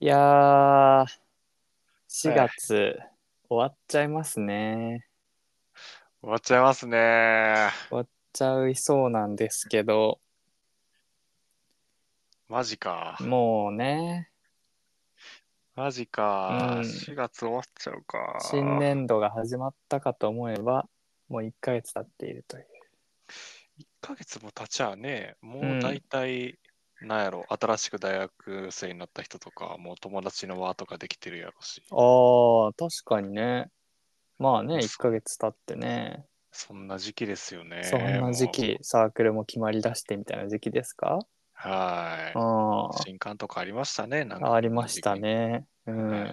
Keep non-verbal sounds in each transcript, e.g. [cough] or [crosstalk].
いやー、4月終わっちゃいますね。終わっちゃいますね。終わっちゃいそうなんですけど、マジか。もうね、マジか。うん4月終わっちゃうか。新年度が始まったかと思えば、もう1ヶ月経っているという。 1ヶ月も経ちゃあね、もんう大体、なんやろ、新しく大学生になった人とか、もう友達の輪とかできてるやろし、ああ、確かにね。まあね、1ヶ月経ってね、そんな時期ですよね。そんな時もう期、。サークルも決まりだしてみたいな時期ですかはうい。ん。新刊とかありましたね、なんか。ありました。ね。うはんい。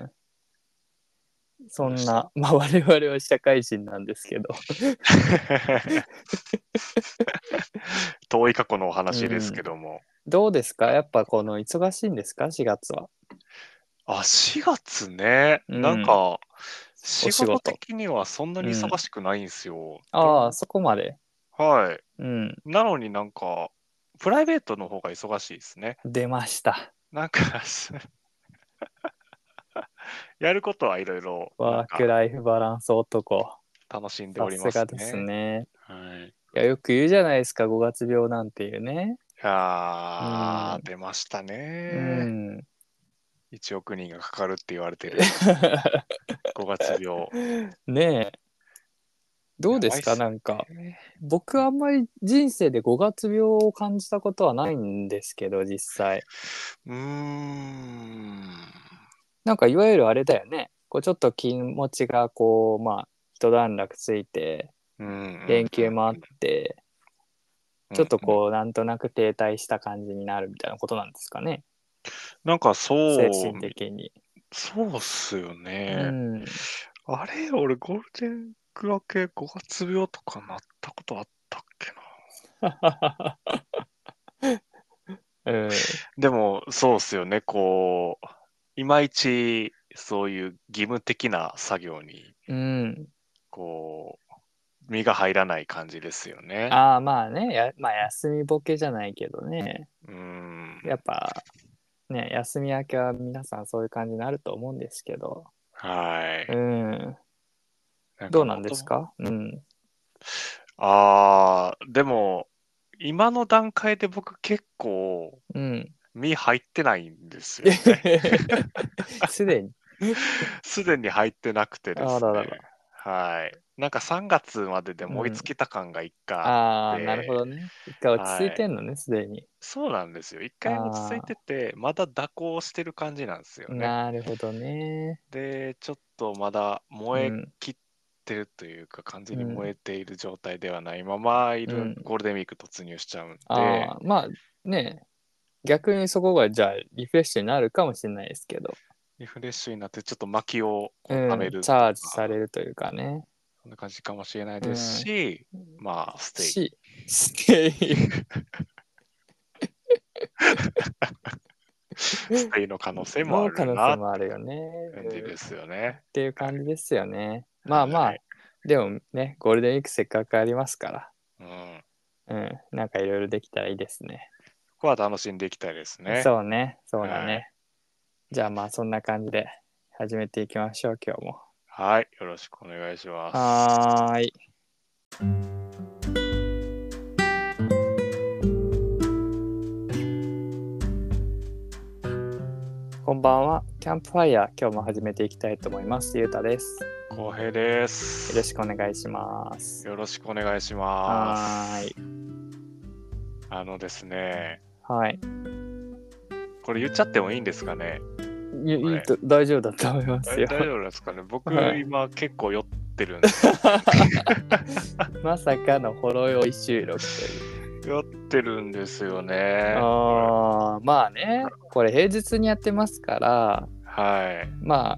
そんな、まあ我々は社会人なんですけど、 [laughs] 遠い過去のお話ですけども。どうですかやっぱこの忙しいんですか ?4 月は。あ、4月ね。うんなんか、お仕仕事事的にはそんなに忙しくないんですよ。ああ、そこまで。はい。うん。なのになんか、プライベートの方が忙しいですね。出ました。なんか、やることはいろいろなワんーかクライフバランス男。楽しんでおさりすますがですね。ね。はい。いや、よく言うじゃないですか、5月病なんていうね。あうんー、出ましたうね。ん。 [laughs] 1億人がかかるって言われてる5月病。ねえ。どうですかやばなんか、僕あんまり人生で5月病を感じたことはないんですけど、実際。うーん。なんかいわゆるあれだよね。こうちょっと気持ちがこう、まあ、一段落ついて、うん連休もあって、ちょっとうんこう、なんとなく停滞した感じになるみたいなことなんですかね。なんかそう精神的に。そうっすようね、ん。あれ俺ゴールデンク明け5月病とかなったことあったっけなうん、でもそうっすよねこういまいちそういう義務的な作業にうん、こう身が入らない感じですよねああまあねや、まあ、休みボケじゃないけどねうんやっぱね休み明けは皆さんそういう感じになると思うんですけど、はい、うん、かどうなんですか、うん、あーでも今の段階で僕結構うん、 [laughs] 身入ってないんですよねすでにすでに入ってなくてですね。あらららはい。なんか3月まででも追いつきた感が一回、ああ、でなるほどね。一回落ち着いてんのね、すでに。そうなんですよ。一回落ち着いてて、まだ蛇行してる感じなんですよね。なるほどね。で、ちょっとまだ燃うえんてるというか、完全にうん燃えている状態ではないままいる、うんゴールデンウィーク突入しちゃうんで、ああ、まあね、逆にそこがじゃあリフレッシュになるかもしれないですけど、リフレッシュになってちょっと薪をこう、うん貯める、チャージされるというかね。そんな感じかもしれないですし、まあ、ステイ。し、ステイ。 [laughs] ステイの可能性もあの可能るな性っもあるよね。て感じうんでっすよね。ていう感じですよね。まあまあはい、でもね、ゴールデンウィークせっかくありますかうん。ら、うん、なんかいろいろできたらいいですね。ここは楽しんでいきたいですね。そうね、そうだね。はじゃあまあそんな感じで始めていきましょう、今日も。はい。よろしくお願いします。はーい。こんばんは。キャンプファイヤー、今日も始めていきたいと思います。ゆうたです。浩平です。よろしくお願いします。よろしくお願いします。はーい。あのですね、はい。これ言っちゃってもいいんですかね。いいいと大丈夫だと思います大よ。丈夫ですかね。僕、はい今結構酔ってるんです。まさかのほろ酔い収録という。 [laughs] 酔ってるんですよね。はあーまあねこれ平日にやってますからい。まあ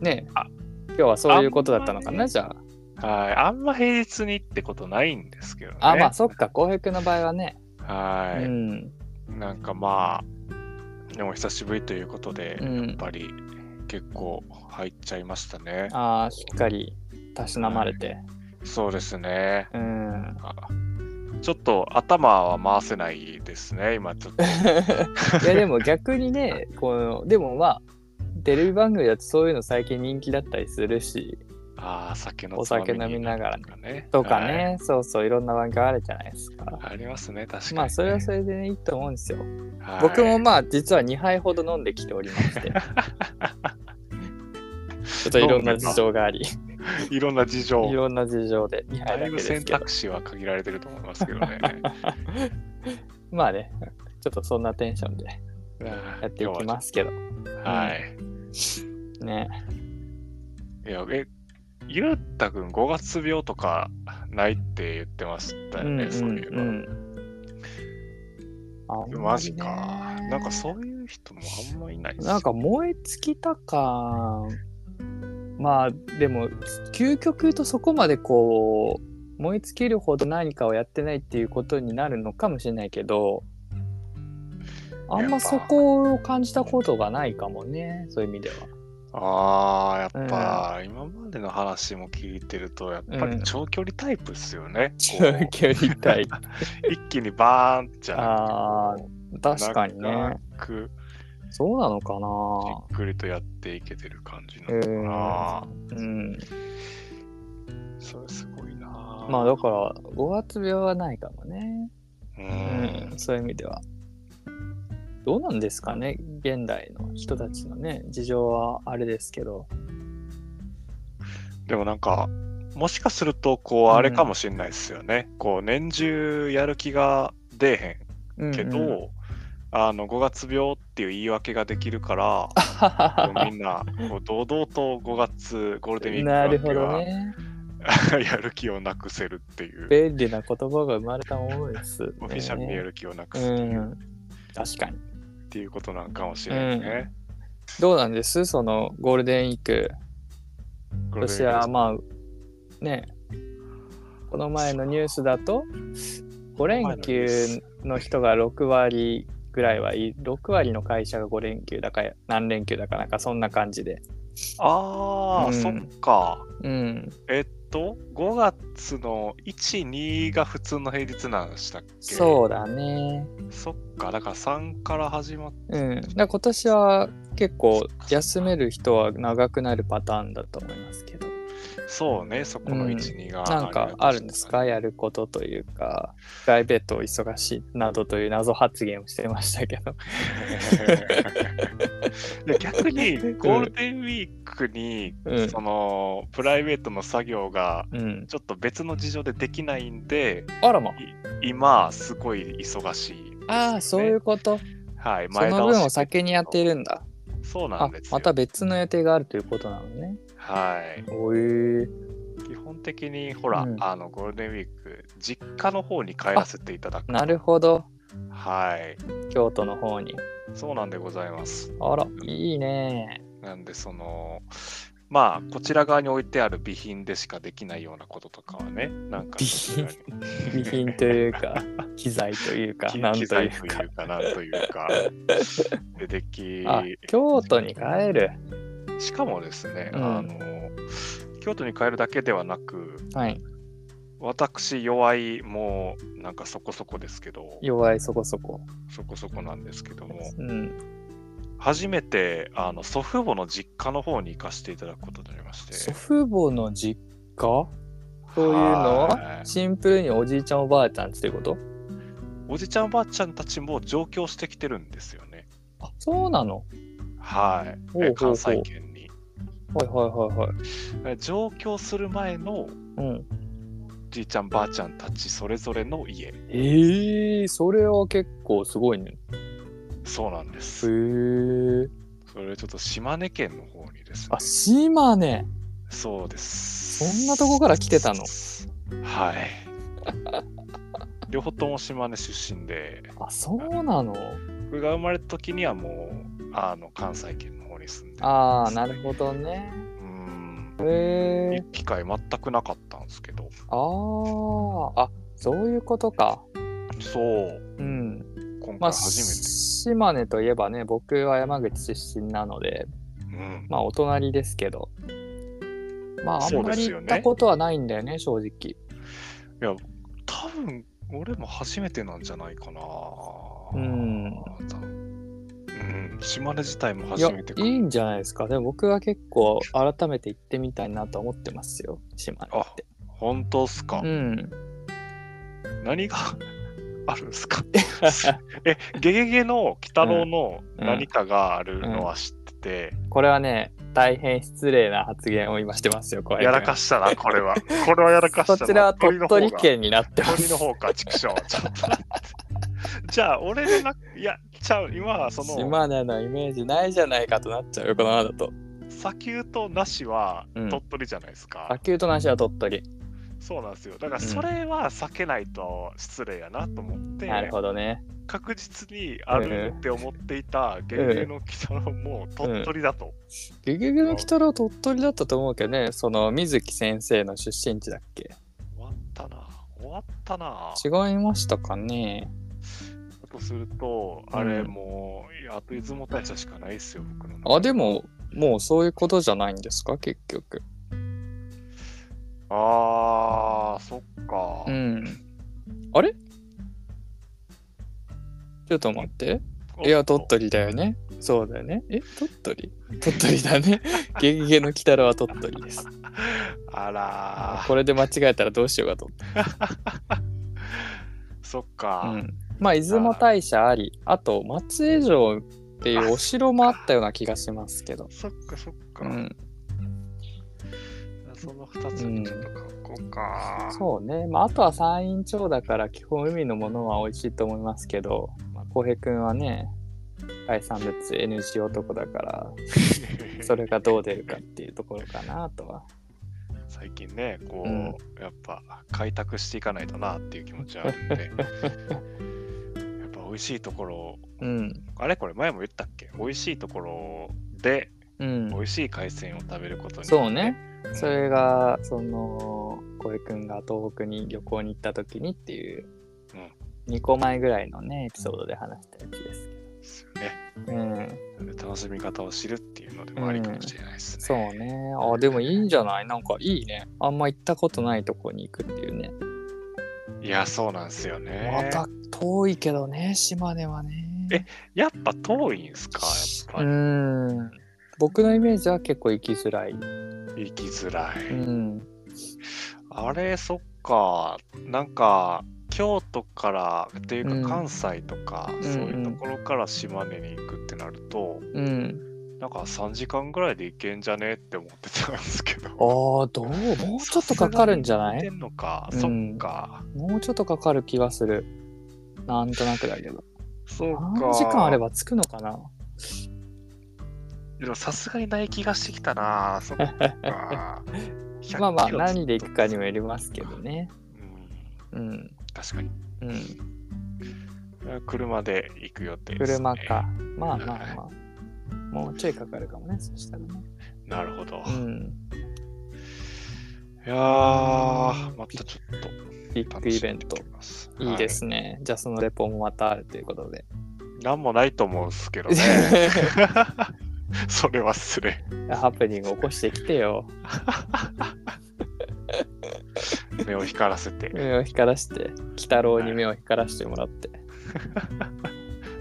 ねあ今日はそういうことだったのかあんまな、ねじゃあはい。あんま平日にってことないんですけどね。あまあそっか浩平君の場合はね、はい。うんなんかまあ、でも久しぶりということで、うんやっぱり結構入っちゃいましたね。あーしっかりたしなまれて、そうですね。うんあちょっと頭は回せないですね、今ちょ [laughs] っと。いやでも逆にね [laughs] このでもまあテレビ番組だとそういうの最近人気だったりするしああ、酒のおつま酒み飲みにながらとかね。とかね、そうそういろんな番組あるじゃないですか。はい。ありますね、確かに、まあそれはそれでねいいと思うんですよ。はい僕もまあ実は2杯ほど飲んできておりま [laughs] してちょっといろんな事情がありいろんな事情。いろんな事情で2だ杯だいけぶです選けど択肢は限られてると思いますけどね。まあねちょっとそんなテンションで [laughs] やっていきますけどす。はい。ねいや、え、ゆうたくん5月病とかないって言ってましたよね、そういうの。うんあマジか。なんかうそういう人もあんまいないしなんか燃え尽きた感まあでも究極言うとそこまでこう燃え尽きるほど何かをやってないっていうことになるのかもしれないけどあんまそこを感じたことがないかもねそういう意味では。ああ、やっぱ、今までの話も聞いてると、やっぱり長距離タイプっすよね。こう長 [laughs] 距離体一気にバーンじゃあん。確かになねかなくそうなのかじなっくりとやっていけてる感じなのかな。うんそれすごいな。まあだから5月病はないかもね、ううんん、そういう意味ではどうなんですかね現代の人たちのね事情はあれですけどでもなんか、もしかすると、こうう、んあれかもしれないですよね。こう、年中やる気が出うんうえへんんけど、あの、5月病っていう言い訳ができるから、こうみんな、こう、堂々と5月ゴールデンウィークな明るけほはどね [laughs] やる気をなくせるっていう、便利な言葉が生まれたものです、ね、オフィシャルにやる気をなくうすっていうん確かにっていうことなんかもしれないですね。どうなんですそのゴールデンウィークゴールデンウィーク私はまあねこの前のニュースだと5連休の人が6割ぐらいはい6割の会社が5連休だか何連休だかなんかそんな感じでああ、うんそっか。うんえっと、5月の1、2が普通の平日なんでしたっけそうだねそっか、だから3から始まっうんだから今年は結構休める人は長くなるパターンだと思いますけどそうね、そこのうん1、2が。なんかあるんですかやることというかプライベートを忙しいなどという謎発言をしてましたけどいや逆に、ゴールデンウィークに、うんその、プライベートの作業が、うんちょっと別の事情でできないんで、あらま今、すごい忙しいですね、ああそういうことはい、そ前の倒し分を先にやっているんだ。そうなあんですよ。また別の予定があるということなのね。はい。おえ基本的にほら、うんあのゴールデンウィーク実家の方に帰らせていただくなるほど。はい京都の方に。そうなんでございますあら、いいね。なんでそのまあこちら側に置いてある備品でしかできないようなこととかはねなんか備品さすが備に品という [laughs] か、機材というか、機なんと機い材うとかい。うかなんというかでできあ、京都に帰る。しかもですね、うんあの京都に帰るだけではなくはい。私弱いもうなんかそこそこですけど弱いそこそこ。そこそこなんですけどもうん。初めてあの祖父母の実家の方に行かせていただくことになりまして祖父母の実家そういうのははいシンプルにおじいちゃんおばあちゃんちってことおじちゃんおばあちゃんたちも上京してきてるんですよねあ、そうなのはいほうほうほうえ関西圏にはいはいはいはい。え上京する前のうん。じいちゃんばあちゃんたちそれぞれの家ええそれは結構すごいね。そうなんでへえすそれちょっと島根県の方にですねあ、島根。そうですそんなとこから来てたのはい [laughs] 両方とも島根出身であ、そうなの。僕が生まれた時にはもうあの関西圏の方に住んでああ、なるほどね。うんへえ行く機会全くなかったんですけど、ああ、あ、そういうことか。そう、うん。今ま回あ、初島根といえばね、僕は山口出身なので、めて。うん、まあ、お隣ですけど。まあ、あんそうまでりすよ行っねたことはないんだよね、正直。多分俺も初めてなんじゃないかな。うんたうん、島根自体もいや初めてかい。いんじゃないですかでも僕は結構改めて行ってみたいなと思ってますよ島根って本当っすか、うん何が [laughs] あるん [laughs] すかえ、ゲゲゲの鬼太郎の何かがあるのは知ってて、これはね大変失礼な発言を今してますよこれやらかしたな、これは。これはやらかしたな。 [laughs] そちらは鳥取鳥の方が県になってます鳥の方か、畜生。ちょっと待って。じゃあ、俺でなく、いや、ちゃう、今はその、島根のイメージないじゃないかとなっちゃうよこのままだと砂丘となしはうん鳥取じゃないですか。砂丘となしは鳥取そうなんですよ。だから、それは避けないと失礼やなと思って、なるほどね確実にあるって思っていた、ゲゲゲの鬼太郎も鳥取だと。ゲゲゲの鬼太郎鳥取だったと思うけどねその水木先生の出身地だっけ終わったな。終わったな。違いましたかねだとすると、あれもう、いやあと出雲大社しかないですよ、僕の中で。あでももうそういうことじゃないんですか結局あー、そっか。うんあれちょっと待っておっといや鳥取だよねそうだよねえ鳥取鳥取だ [laughs] ねゲゲゲの鬼太郎は鳥取ですあらーこれで間違えたらどうしようかと思ってそっか、うん、まあ出雲大社ありあと松江城っていうお城もあったような気がしますけど、そっかそっか、うん、その2つにちょっと書こうか、そうね、まあ、あとは山陰町だから基本海のものは美味しいと思いますけどまあ浩平君はね海産物 NG 男だから [laughs] それがどう出るかっていうところかなとは最近ねこう、うんやっぱ開拓していかないとなっていう気持ちはある [laughs] んでやっぱ美味しいところうんあれこれ前も言ったっけ美味しいところでうん美味しい海鮮を食べることにそうねそれがその浩平君が東北に旅行に行った時にっていううん2個前ぐらいのねエピソードで話したやつですですよねけどうん楽しみ方を知るっていうのでもありかもしれないですね、そうね。あ、でもいいんじゃないなんかいいね。あんま行ったことないとこに行くっていうね。いやそうなんですよまねた遠いけどね、島根はね。えやっぱ遠いんすかやっぱうりん。僕のイメージは結構行きづらい。行きづらい、うん。あれそっかなんか京都からっていううんか関西とか、んそういうところから島根に行くってなると、うん。なんか3時間ぐらいで行けんじゃねって思ってたんですけどああ、どうもうちょっとかかるんじゃな行けいんのか、うんそっかもうちょっとかかる気はする。なんとなくだけど。そうか何時間あれば着くのかなでもさすがにない気がしてきたな [laughs] そっか100まあまあ、キロずっと何で行くかにもよりますけどね。うんうん。確かにうん。車で行く予定です、ね、車か。まあまあまあ。もうちょいかかるかもね、そしたらね。なるほど、ういん。やーまたちょっとビッグイベント。いいで、すね。じゃあそのレポもまたあるということで。はい。なんもないと思うんですけどね。 [laughs] [laughs] それは失礼。ハプニング起こしてきてよ。目を光らせて目を光らして、鬼太郎に目を光らしてもらって。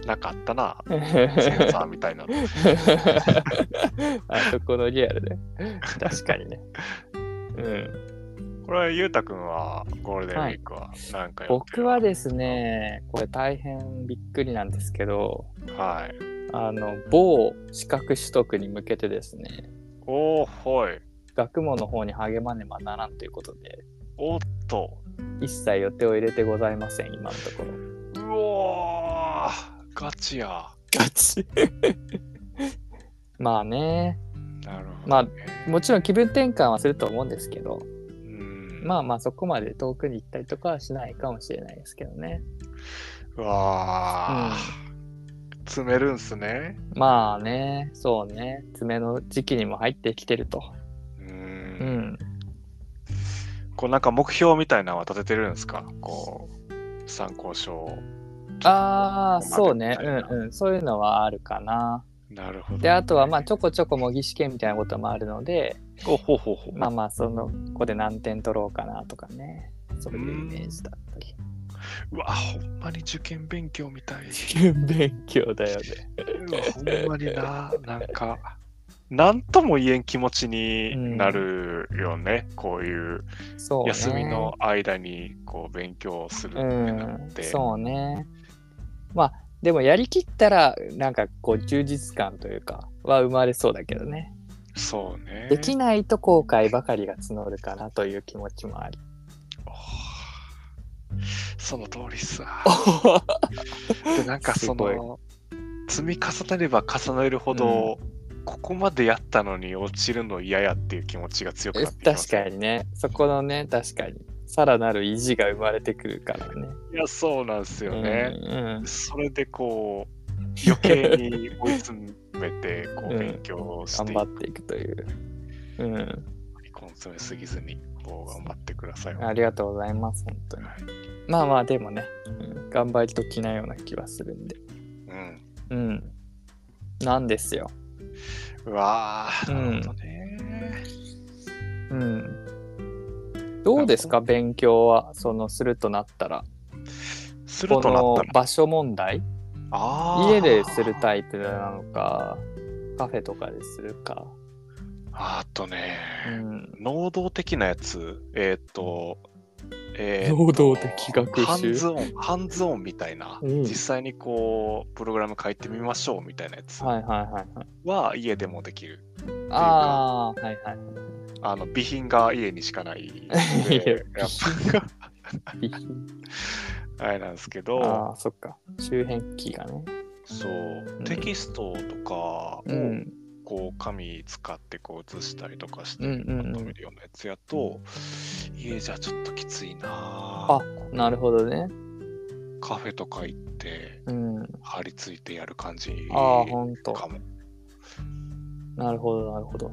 なかっ [laughs] たな。センサーみたいなの。あそこのリアルで。確かにね。うん、これはゆうたくんはゴールデンウィークは何かやって僕はですね、これ大変びっくりなんですけど、はい。あの某資格取得に向けてですね、おーほい。学問の方に励まねばならんということで、おっと。一切予定を入れてございません、今のところ。うおーガチや。ガチ [laughs] まあねなるほど、ね。まあもちろん気分転換はすると思うんですけどうん、まあまあそこまで遠くに行ったりとかはしないかもしれないですけどねうわー、詰めるんすね。まあねそうね爪の時期にも入ってきてるとうんうんこうなんか目標みたいなのは立ててるんですかこう参考書をああちょそっとうねみたいうなんうんそういうのはあるかななるほどであとはまあちょこちょこ模擬試験みたいなこともあるのでおほうほうほうまあまあそのここで何点取ろうかなとかねそういうイメージだったりうわ、ほんまに受験勉強みたい。 [laughs] 勉強だよね。うわほんまに [laughs] な、なんか、なんとも言えん気持ちになるよね、こういうそうね。休みの間にこう勉強するってうなっんて。、そうね。まあ、でもやりきったら、なんかこう、充実感というか、は生まれそうだけどね。そうね。できないと後悔ばかりが募るかなという気持ちもあ [laughs] り。おーその通りさ。 [laughs] なでなんかその積み重ねれば重ねるほど、ここまでやったのに落ちるの嫌やっていう気持ちが強くなってきます確かにね。そこのね、確かに。さらなる意地が生まれてくるからね。いやそうなんですよね、うんうんそれでこう余計に追い詰め [laughs] てこううん勉強し頑て、張っていくという。うん、コン詰めすぎずにこう頑張ってください、ありがとうございます、本当に。はいまあまあ、でもね、うん頑張りときなような気はするんで。うん、うん。なんですよ。うわーうんなるほどね、うん。どうですか、勉強は、その、するとなったら。することなったのら場所問題あー家でするタイプなのか、カフェとかでするか。あとね、うん。能動的なやつ、えーっ、と、え能動的学習ハンズオン、ハンズオンみたいな、うん実際にこう、プログラム書いてみましょうみたいなやつはいはいはいはい。は家でもできる。ああ、はいはい。あの、備品が家にしか [laughs] ないのいやで、やっ備品ぱ [laughs] あれなんですけど、ああ、そっか。周辺機器がね。そうう、んテキストとかを、うん。こう、紙使ってこう写したりとかして、まうんうんうんとめるようなやつやと、家じゃちょっときついなああ、なるほどね。カフェとか行って、うん。張り付いてやる感じああ、ほんと。かも。なるほど、なるほど。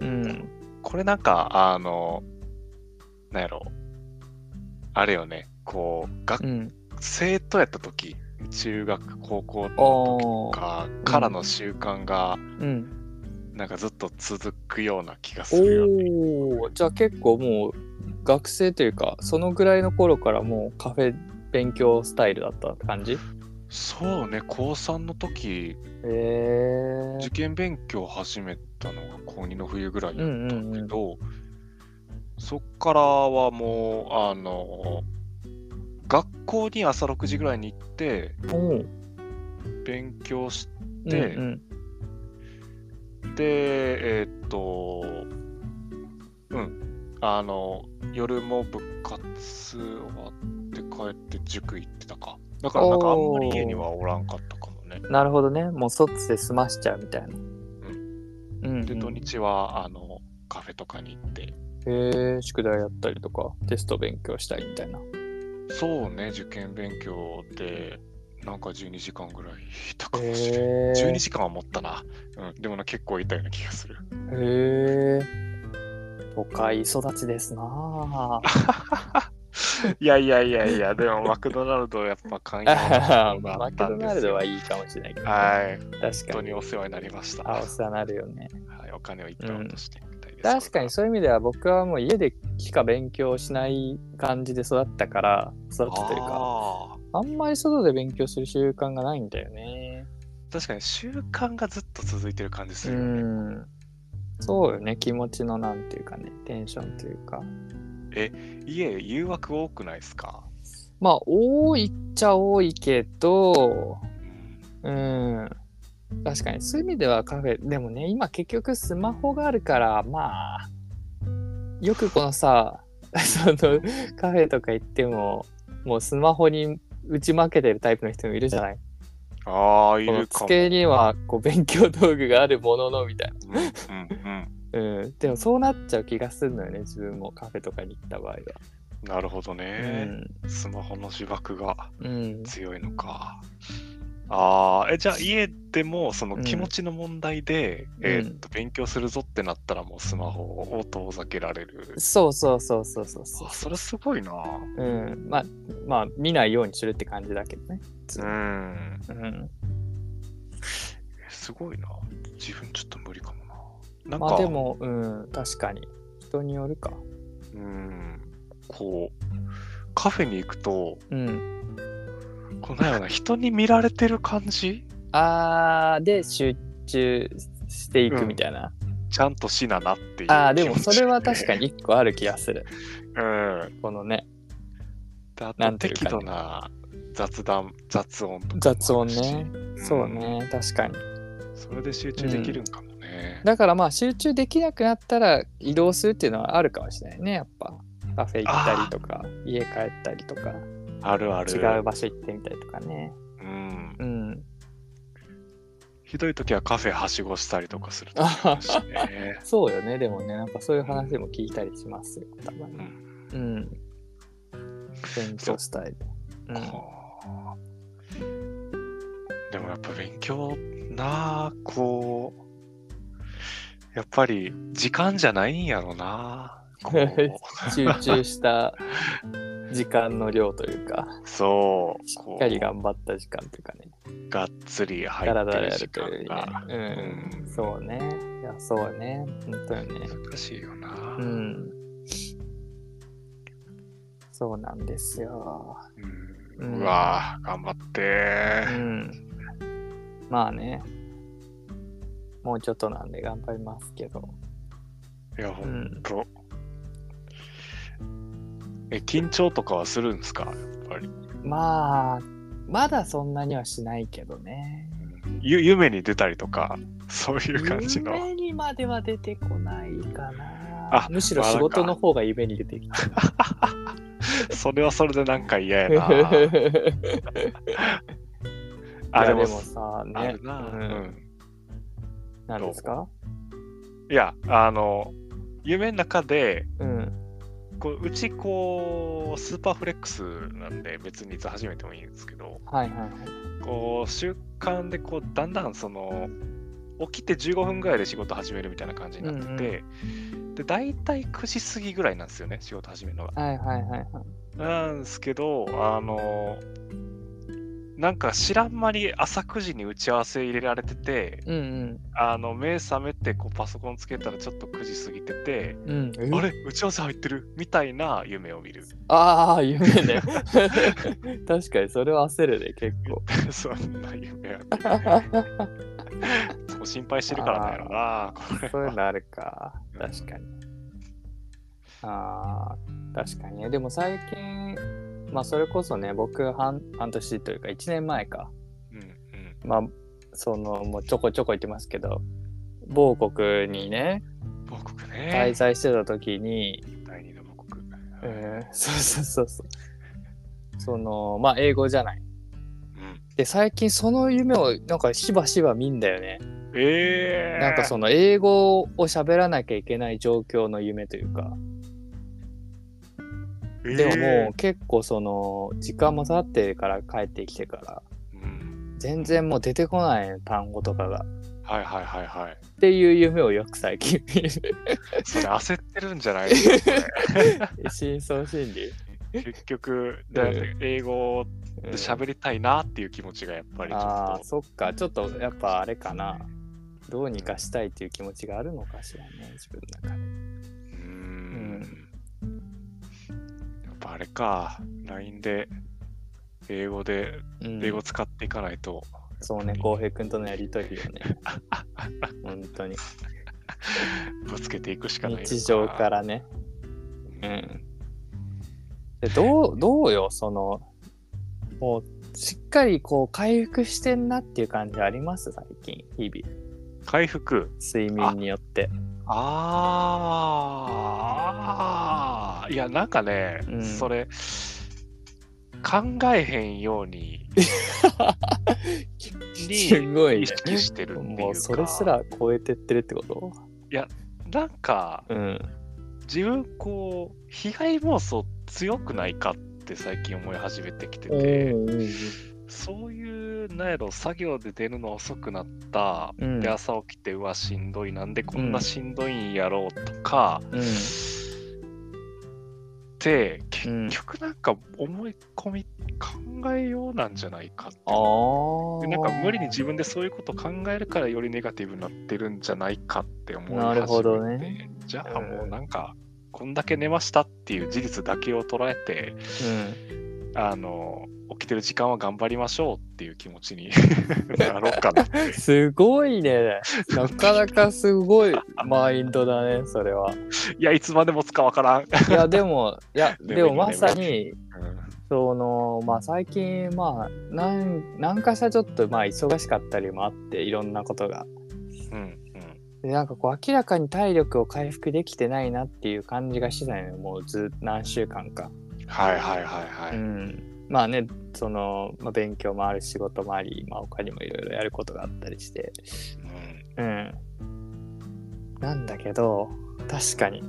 うんうん。これなんか、あの、なんやろ、あれよね、こう、学うん。生とやった時、中学、高校の時とかからの習慣が、うん。なんかずっと続くような気がするよね。おお、じゃあ結構もう、学生というか、そのぐらいの頃からもうカフェ勉強スタイルだった感じそうね、高3の時、へえ受験勉強始めたのが高2の冬ぐらいだったんだけど、そっからはもうあの学校に朝6時ぐらいに行っておお。勉強しで、うんてえーっとうんあの夜も部活終わって帰って塾行ってたかだからなんかあんまり家にはおらんかったかもねうん、なるほどね。もう卒で済ましちゃうみたいな。うん。うん、で土日はあのカフェとかに行ってへえ、宿題やったりとか、テスト勉強したりみたいな。そうね、受験勉強で、なんか12時間ぐらいいたかもしれない。へえ。 12時間は持ったな。うん、でもな、結構いたような気がする。へえ。都会育ちですなあ。 [laughs] いやいやいやいや、でもマクドナルドやっぱ寛容なものがあマっクたドんでナルすドよ。はいいかもしれないけど、はい、本確当かにに。お世話になりました。あ、はお世話になるよね。い、お金をいったん落としてみたいで確す。かにこそういう意味では僕はもう家でしか勉強しない感じで育ったから、育れっかたというらか、ああんまり外で勉強する習慣がないんだよね。ー確かに習慣がずっと続いてる感じすうるよね。ん。そうよね、気持ちのなんていうかね、テンションというか。家、誘惑多くないですか、まあ、多いっちゃ多いけど、うんうん。確かに、そういう意味ではカフェ、でもね、今結局スマホがあるから、まあ、よくこのさ、 [laughs] そのカフェとか行っても、もうスマホに打ち負けてるタイプの人もいるじゃない。ああ、いこのるかも。机にはこう勉強道具があるもののみたいうんうんうんな。うん。でもそうなっちゃう気がするのよね、自分もカフェとかに行った場合は。なるほどね、スマホの自爆がうん。うん。強いのか。ああ、え、じゃあ家でもそのうん気持ちの問題で、んえーっと、勉強するぞってなったらもうスマホを遠ざけられる。そうそうそうそうそうそう。あ、それすごいな。うん。まあ、まあ、見ないようにするって感じだけどね。うん。うん。すごいな。自分ちょっと無理かもな。なんか、まあでも、うん、確かに。人によるか。うん、こう、カフェに行くと、うん。このような人に見られてる感じあー、で、集中していくみたいな。ちゃんとしななっていう。あー、でもそれは確か。に一個ある気がする。 [laughs] うん。このね、であなんてという適かね度な雑談、雑音とかもあるし。雑音ね。んそう。ね、確かに。それで集中できるんかもね。だからまあ集中できなくなったら移動するっていうのはあるかもしれないね、やっぱ。カフェ行ったりとか、家帰ったりとか、あるある。違う場所行ってみたりとかね。うん。うん。。ひどい時はカフェはしごしたりとかする時もあるしねそうよね、でもね、なんかそういう話も聞いたりしますよ、たまにう。んうん。勉強したい。 [laughs] うんはあでもやっぱ勉強なあこうやっぱり時間じゃないんやろな [laughs] こう集中した時間の量というか、そうしこっうかり頑張った時間というかね、がっつり入って体でるや時るという間よがりね。うん、そうね。いや、そうね。本当にね。難しいよな、うん。そうなんですよ。ううんんうわあ頑張ってう、ん。まあね。もうちょっとなんで頑張りますけど。いやほうんん。とえ緊張とかはするんですかやっぱり、まあ、まだそんなにはしないけどね。うんゆ夢に出たりとかそういう感じの夢にまでは出てこないかなあ。むしろまあ仕なんか事の方が夢に出てきた。それはそれでなんか嫌やい [laughs] な。やあ、でもで、もさ、あねる、な。ううんん。なんですかいや、あの、夢の中で、うん。こううちこう、スーパーフレックスなんで、別にいつ始めてもいいんですけど、はいはいはい。こう、習慣で、こう、だんだん、その、起きて15分ぐらいで仕事始めるみたいな感じになってて、で、大体9時過ぎぐらいなんですよね、仕事始めるのが。はいはいはいはい。なんですけど、あの、なんか知らん間に朝9時に打ち合わせ入れられてて、うんあの目覚めてこうパソコンつけたらちょっと9時過ぎてて、うん。うん。あれ打ち合わせ入ってるみたいな夢を見る。 [laughs] ああ、夢ね。 [laughs] 確かに、それは焦るね、結構。そんな夢は、そう心配してるからなんやろな。こ [laughs] れそういうのあるか。確かに。ああ、確かにね。でも最近、まあ、それこそね、僕半、半年というか、1年前か。うんうんまあ、その、もうちょこちょこ言ってますけど、某国にね、母国滞ね。在してた時に、第二の母国。うん、 [laughs] そうそうそうそう。その、まあ、英語じゃない。うん、で、最近その夢を、なんか、しばしば見んだよね。えー、なんかその英語を喋らなきゃいけない状況の夢というか、えーでももう結構その時間も経ってから帰ってきてからうん、全然もう出てこない単語とかがはいはいはいはい。っていう夢をよく最近見 [laughs] るそれ焦ってるんじ [laughs] ゃないですか。深層心理、結局、だって英語うんで喋りたいなっていう気持ちがやっぱりちょっああと。そっかちょっとやっぱあれかなどうにかしたいっていう気持ちがあるのかしらね自分の中でうーんやっぱあれか、LINE で英語で、うん英語使っていかないと。そうね浩平君とのやりとりよね [laughs] 本当にぶつけていくしかないのか。日常からねうん。うんでどうどうよそのもうしっかりこう回復してんなっていう感じあります最近日回復。々睡眠によってああ。いや、なんかね、うんそれ、考えへんように、すにごい、意ね、識してるっていうか。もうそれす。ら超えてってるってこなんか、とうん自分、こう、被害妄想強くないかって最近思い始めてきてうんて。うんそういう、なんやろ、作業で出るの遅くなった、うんで、朝起きて、うわ、しんどい、なんでこんなしんどいんやろうとか、うんで、うん結局なんか思い込み、考えようなんじゃないかって。あーでなんか無理に自分でそういうこと考えるからよりネガティブになってるんじゃないかって思い始めてなるほどねじゃあもうなんかこんだけ寝ましたっていう事実だけを捉えて、うんあの、起きてる時間は頑張りましょうっていう気持ちに [laughs] なろうかな。すごいね。なかなかすごいマインドだね、それは。いや、いつまでもつかわからん。いや、でも、いや、 [laughs] でもでもいいねまさに、うんその、まあ最近、まあ、なん、なんかしらちょっと、まあ忙しかったりもあって、いろんなことが。うんで、なんかこう、明らかに体力を回復できてないなっていう感じがしてたのよ、もうず、何週間か。うんはいはいはいはうい。ん。まあね、その、まあ、勉強もある、仕事もあり、まあ他にもいろいろやることがあったりして。うんうん。なんだけど、確かに。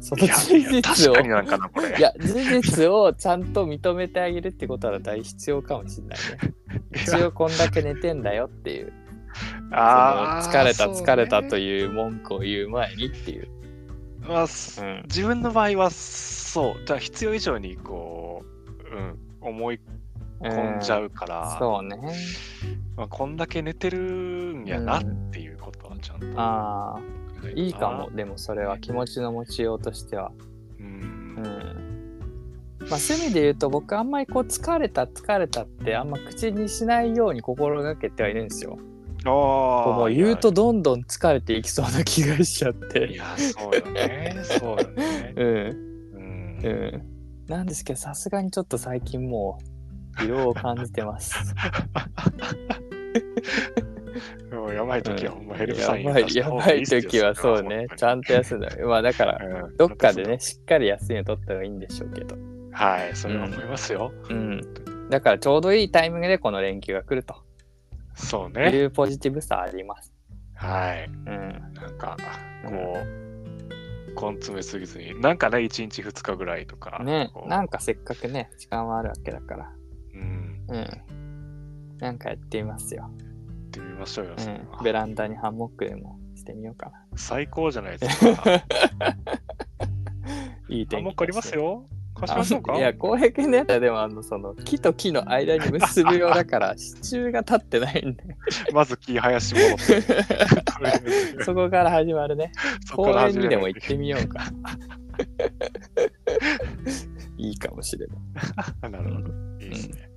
その [laughs] いやい事や実確をかになんかな、これ。いや事実をちゃんと認めてあげるってことは大必要かもしれないね。一応こんだけ寝てんだよっていう [laughs] あそーの疲れたそうね疲れたという文句を言う前にっていう。まあすうん自分の場合はそうじゃあ必要以上にこう、うん、思い込んじゃううから、ん。そうね。まあ、こんだけ寝てるんやなうっんていうことはちゃんと、ああいいかもでもそれはね気持ちの持ちようとしては。ううんん。まあ、そういう意味で言うと僕あんまりこう疲れた疲れたってあんま口にしないように心がけてはいるんですよ。ああもう言うとどんどん疲れていきそうな気がしちゃっいて。やそうよねそうよ [laughs] ねうん。ううん、ん。なんですけど、さすがにちょっと最近もう、疲労を感じて [laughs] ます。もうやばい時はほんまヘルプサインやばい、出したや方ばがいですよ時はそうね、ちゃんと休んだ。まあだから、うんどっかでね、しっかり休みを取った方がいいんでしょうけど。はいそれは思いますよ、うん。だからちょうどいいタイミングでこの連休が来るとそういねうポジティブさあります。はいうん。なんかこう、根詰めすぎずになんかね1日2日ぐらいとかねこ、うなんかせっかくね、時間はあるわけだから。うんうん。なんかやってみますよ。行ってみましょうよ、うそれはん。ベランダにハンモックでもしてみようかな。最高じゃないです [laughs] かいい天あ気もうかりますよ貸しましょうかいや、公平君のやつはでも、あの、その、木と木の間に結ぶようだから、 [laughs] 支柱が立ってないんで、まず木林戻って [laughs] とりあえずそこから始まるね。そこ公から園始めにれでばもいい行ってみようか。 [laughs] いいかもしれない。なるほどいいですね、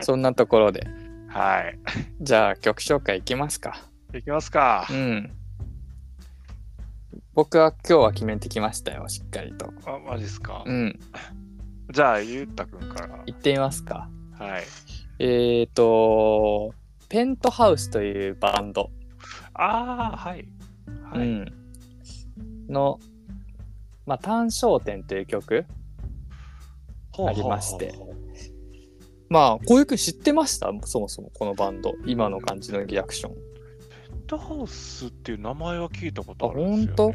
そんなところで、はいじゃあ曲紹介いきますか。行きますかう、ん。僕は今日は決めてきましたよ、しっかりと。あマジっすか、うん。じゃあゆうたくんから行ってみますか。はいえっ、ー、と、ペントハウスというバンド。ああはいはうい、ん、の「まあ、単焦点」という曲ほうほうほうありましてまあこういう曲知ってましたそもそもこのバンド今の感じのリアクションペットハウスっていう名前は聞いたことあるんですよ、ね、あほんと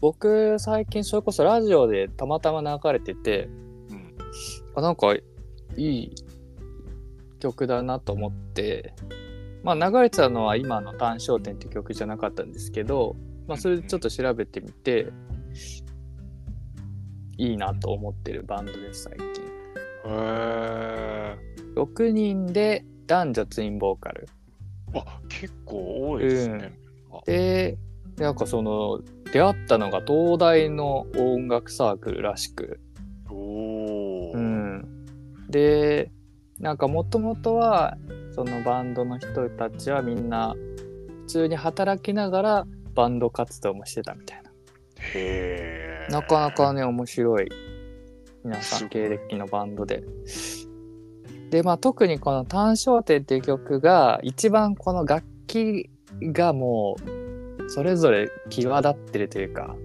僕最近それこそラジオでたまたま流れててうんあなんかいい曲だなと思ってまあ流れてたのは今の「単焦点」っていう曲じゃなかったんですけど、まあ、それでちょっと調べてみていいなと思ってるバンドです最近。へえ。 6人で男女ツインボーカルあ、結構多いですね。でなんかその出会ったのが東大の音楽サークルらしく、おお。う。ん、でなんかもともとはそのバンドの人たちはみんな普通に働きながらバンド活動もしてたみたいなへえ。なかなかね面白い皆すさんごい経歴のバンドで。でまあ特にこの「単焦点」っていう曲が一番この楽器がもうそれぞれ際立ってるというか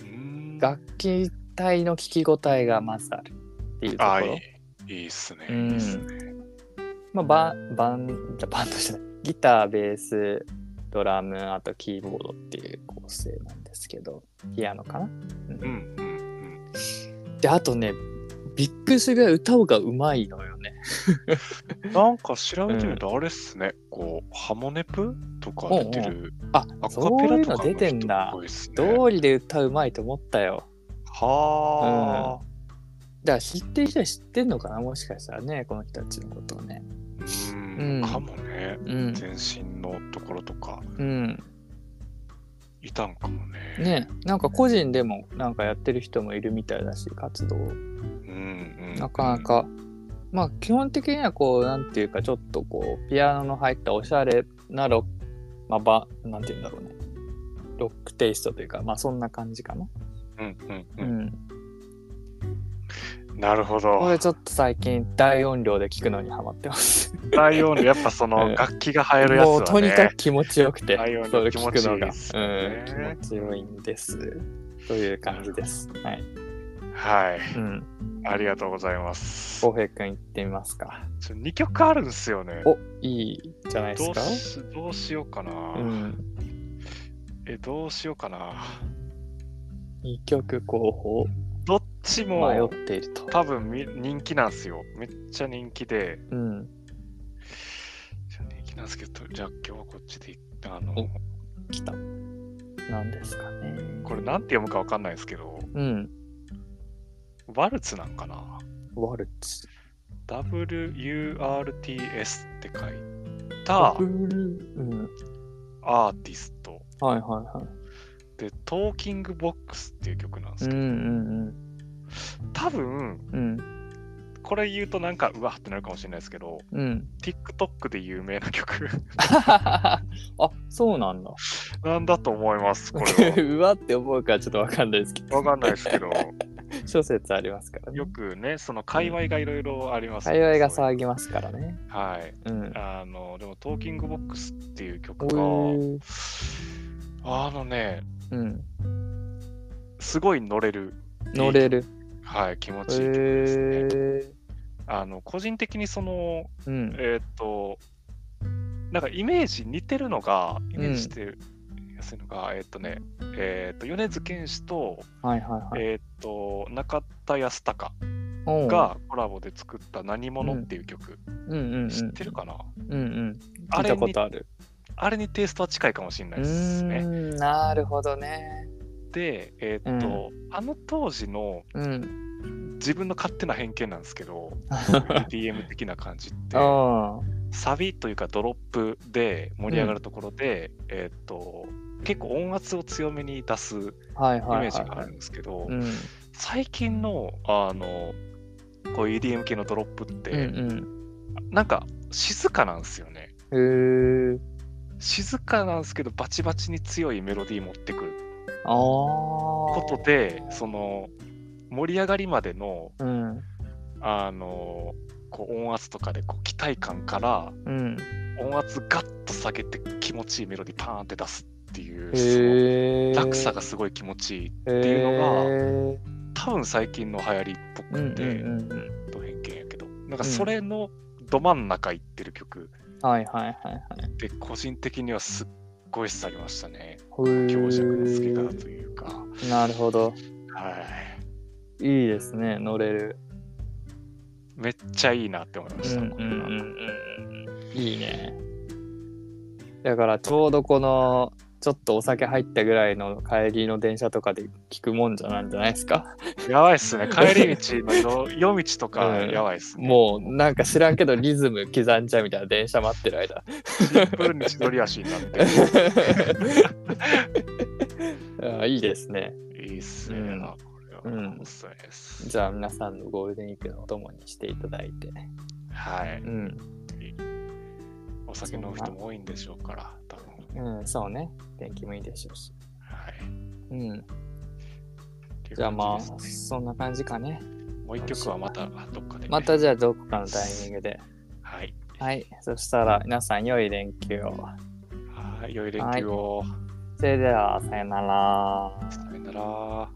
うん。楽器体の聞き応えがまずあるっていうとこあ、ろい。い。いいっすね。ういんいっすね。まあバンバンじゃバンドじゃないギターベースドラムあとキーボードっていう構成なんですけどピアノかな、うんうんうんであとねビックスが歌うがうまいのよね。うん。なんか調べてみるとあれっすね。こうハモネプとか出てる。あアカそうペいラうとのか出てんだの人っ。ぽいっすね通りで歌うまいと思ったよ。はあ。だから知ってる人は知ってんのかなもしかしたらねこの人たちのことをね。うん。うんかもね。うん。全身のところとかうん、意いたんかもね。ねなんか個人でもなんかやってる人もいるみたいだし活動うんうん、なかなか、まあ基本的にはこうなんていうかちょっとこうピアノの入ったおしゃれなロまあばなんていうんだろうねロックテイストというかまあそんな感じかなうんううんんうん、なるほこどれちょっと最近大音量で聞くのにハマってます大音量やっぱそうのん楽器が入るやつもうとはにかねく気持ちよくて大音それ量聞くのが気持ちいいですねうん、気持ちよいんですという感じですはい、はいうん、ありがとうございます浩平君行ってみますかちょ2曲あるんですよねおいいじゃないでどすうかしどうしようかな、うんえどうしようかな2曲候補どっち迷っもていると多分み人気なんですよめっちゃ人気でうん人気なんですけどじゃあ今日はこっちでいあのお来たなんですかねこれなんて読むかわかんないですけどうんワルツなんかなワルツ WURTS って書いたブルーうんアーティストはいはいはで「トーキングボックス」っていう曲なんでいすうんうんけど、多分うんうんこれ言うとなんかうわってなるかもしれないですけどうん [laughs] TikTok で有名な曲 [laughs] あそうなんだなんだと思いますこれ [laughs] は。うわって思うからちょっとわかんないですけどわかんないですけど、諸説ありますからねよくね、その界隈がいろいろあります、ね。界隈がそうい騒うぎますからねはい。うんあの、でも、トーキングボックスっていう曲おが、ーあのね、うんすごい乗れる。乗れるはい、気持へちいい曲ですね。ーあの、個人的にその、うんえーっと、なんかイメージ似てるのが、イメージしてやすいのが、えーっとね、えーっと、米津玄師と、はいはいはいえーっと、中田康隆おうがコラボで作った何者っていう曲、うんうんうん知ってるかなうんうん聞あいれたにことあるあれにテイストは近いかもしれないですうね。ーんなるほどねで、えーっと、あの当時のうん自分の勝手な偏見なんです [laughs] けど、DM 的な感じって、あサビというかドロップで盛り上がるところで、えーっと、結構音圧を強めに出すイあはいはいはい、はい、メージがあるんですけど、うん、うん最近の、あの、こういう EDM 系のドロップって、うんなんか静かなんですよね。へえ静かなんですけど、バチバチに強いメロディー持ってくるああことこでその盛り上がりまでのうんあのこう音圧とかでこう期待感からうん音圧ガッと下げて気持ちいいメロディパーンって出すっていうへえその落差がすごい気持ちいいっていうのがへ多分最近の流行りっぽえうんくうて、んうんうんと偏見やけどなんかそれのど真ん中行ってる曲はいはいはいはいで個人的にはすっごい刺さりましたね強強弱の付け方というか、なるほどはいいいですね乗れるめっちゃいいなって思いました、これはうんいいねだからちょうどこのちょっとお酒入ったぐらいの帰りの電車とかで聞くもんじゃなんじゃないですかやばいっすね。帰り道の夜道とかうんやばいっすね。もうなんか知らんけどリズム刻んじゃうみたいな電車待ってる [laughs] 間シンプルに千鳥足になってる。あいいですねいいっすね。うんこれはうんおすすめです。じゃあ皆さんのゴールデンウィークのお供にしていただいてはい。うん、お酒飲む人も多いんでしょうから、多分。うん、そうね天気もいいでしょうしはい。うんという感じゃあまですあそんな感じかねもう一曲はまたどっかで。またじゃあどこかのタイミングではい。はいそしたら皆さん良い連休をはい。良い連休を。それではさよならさよなら。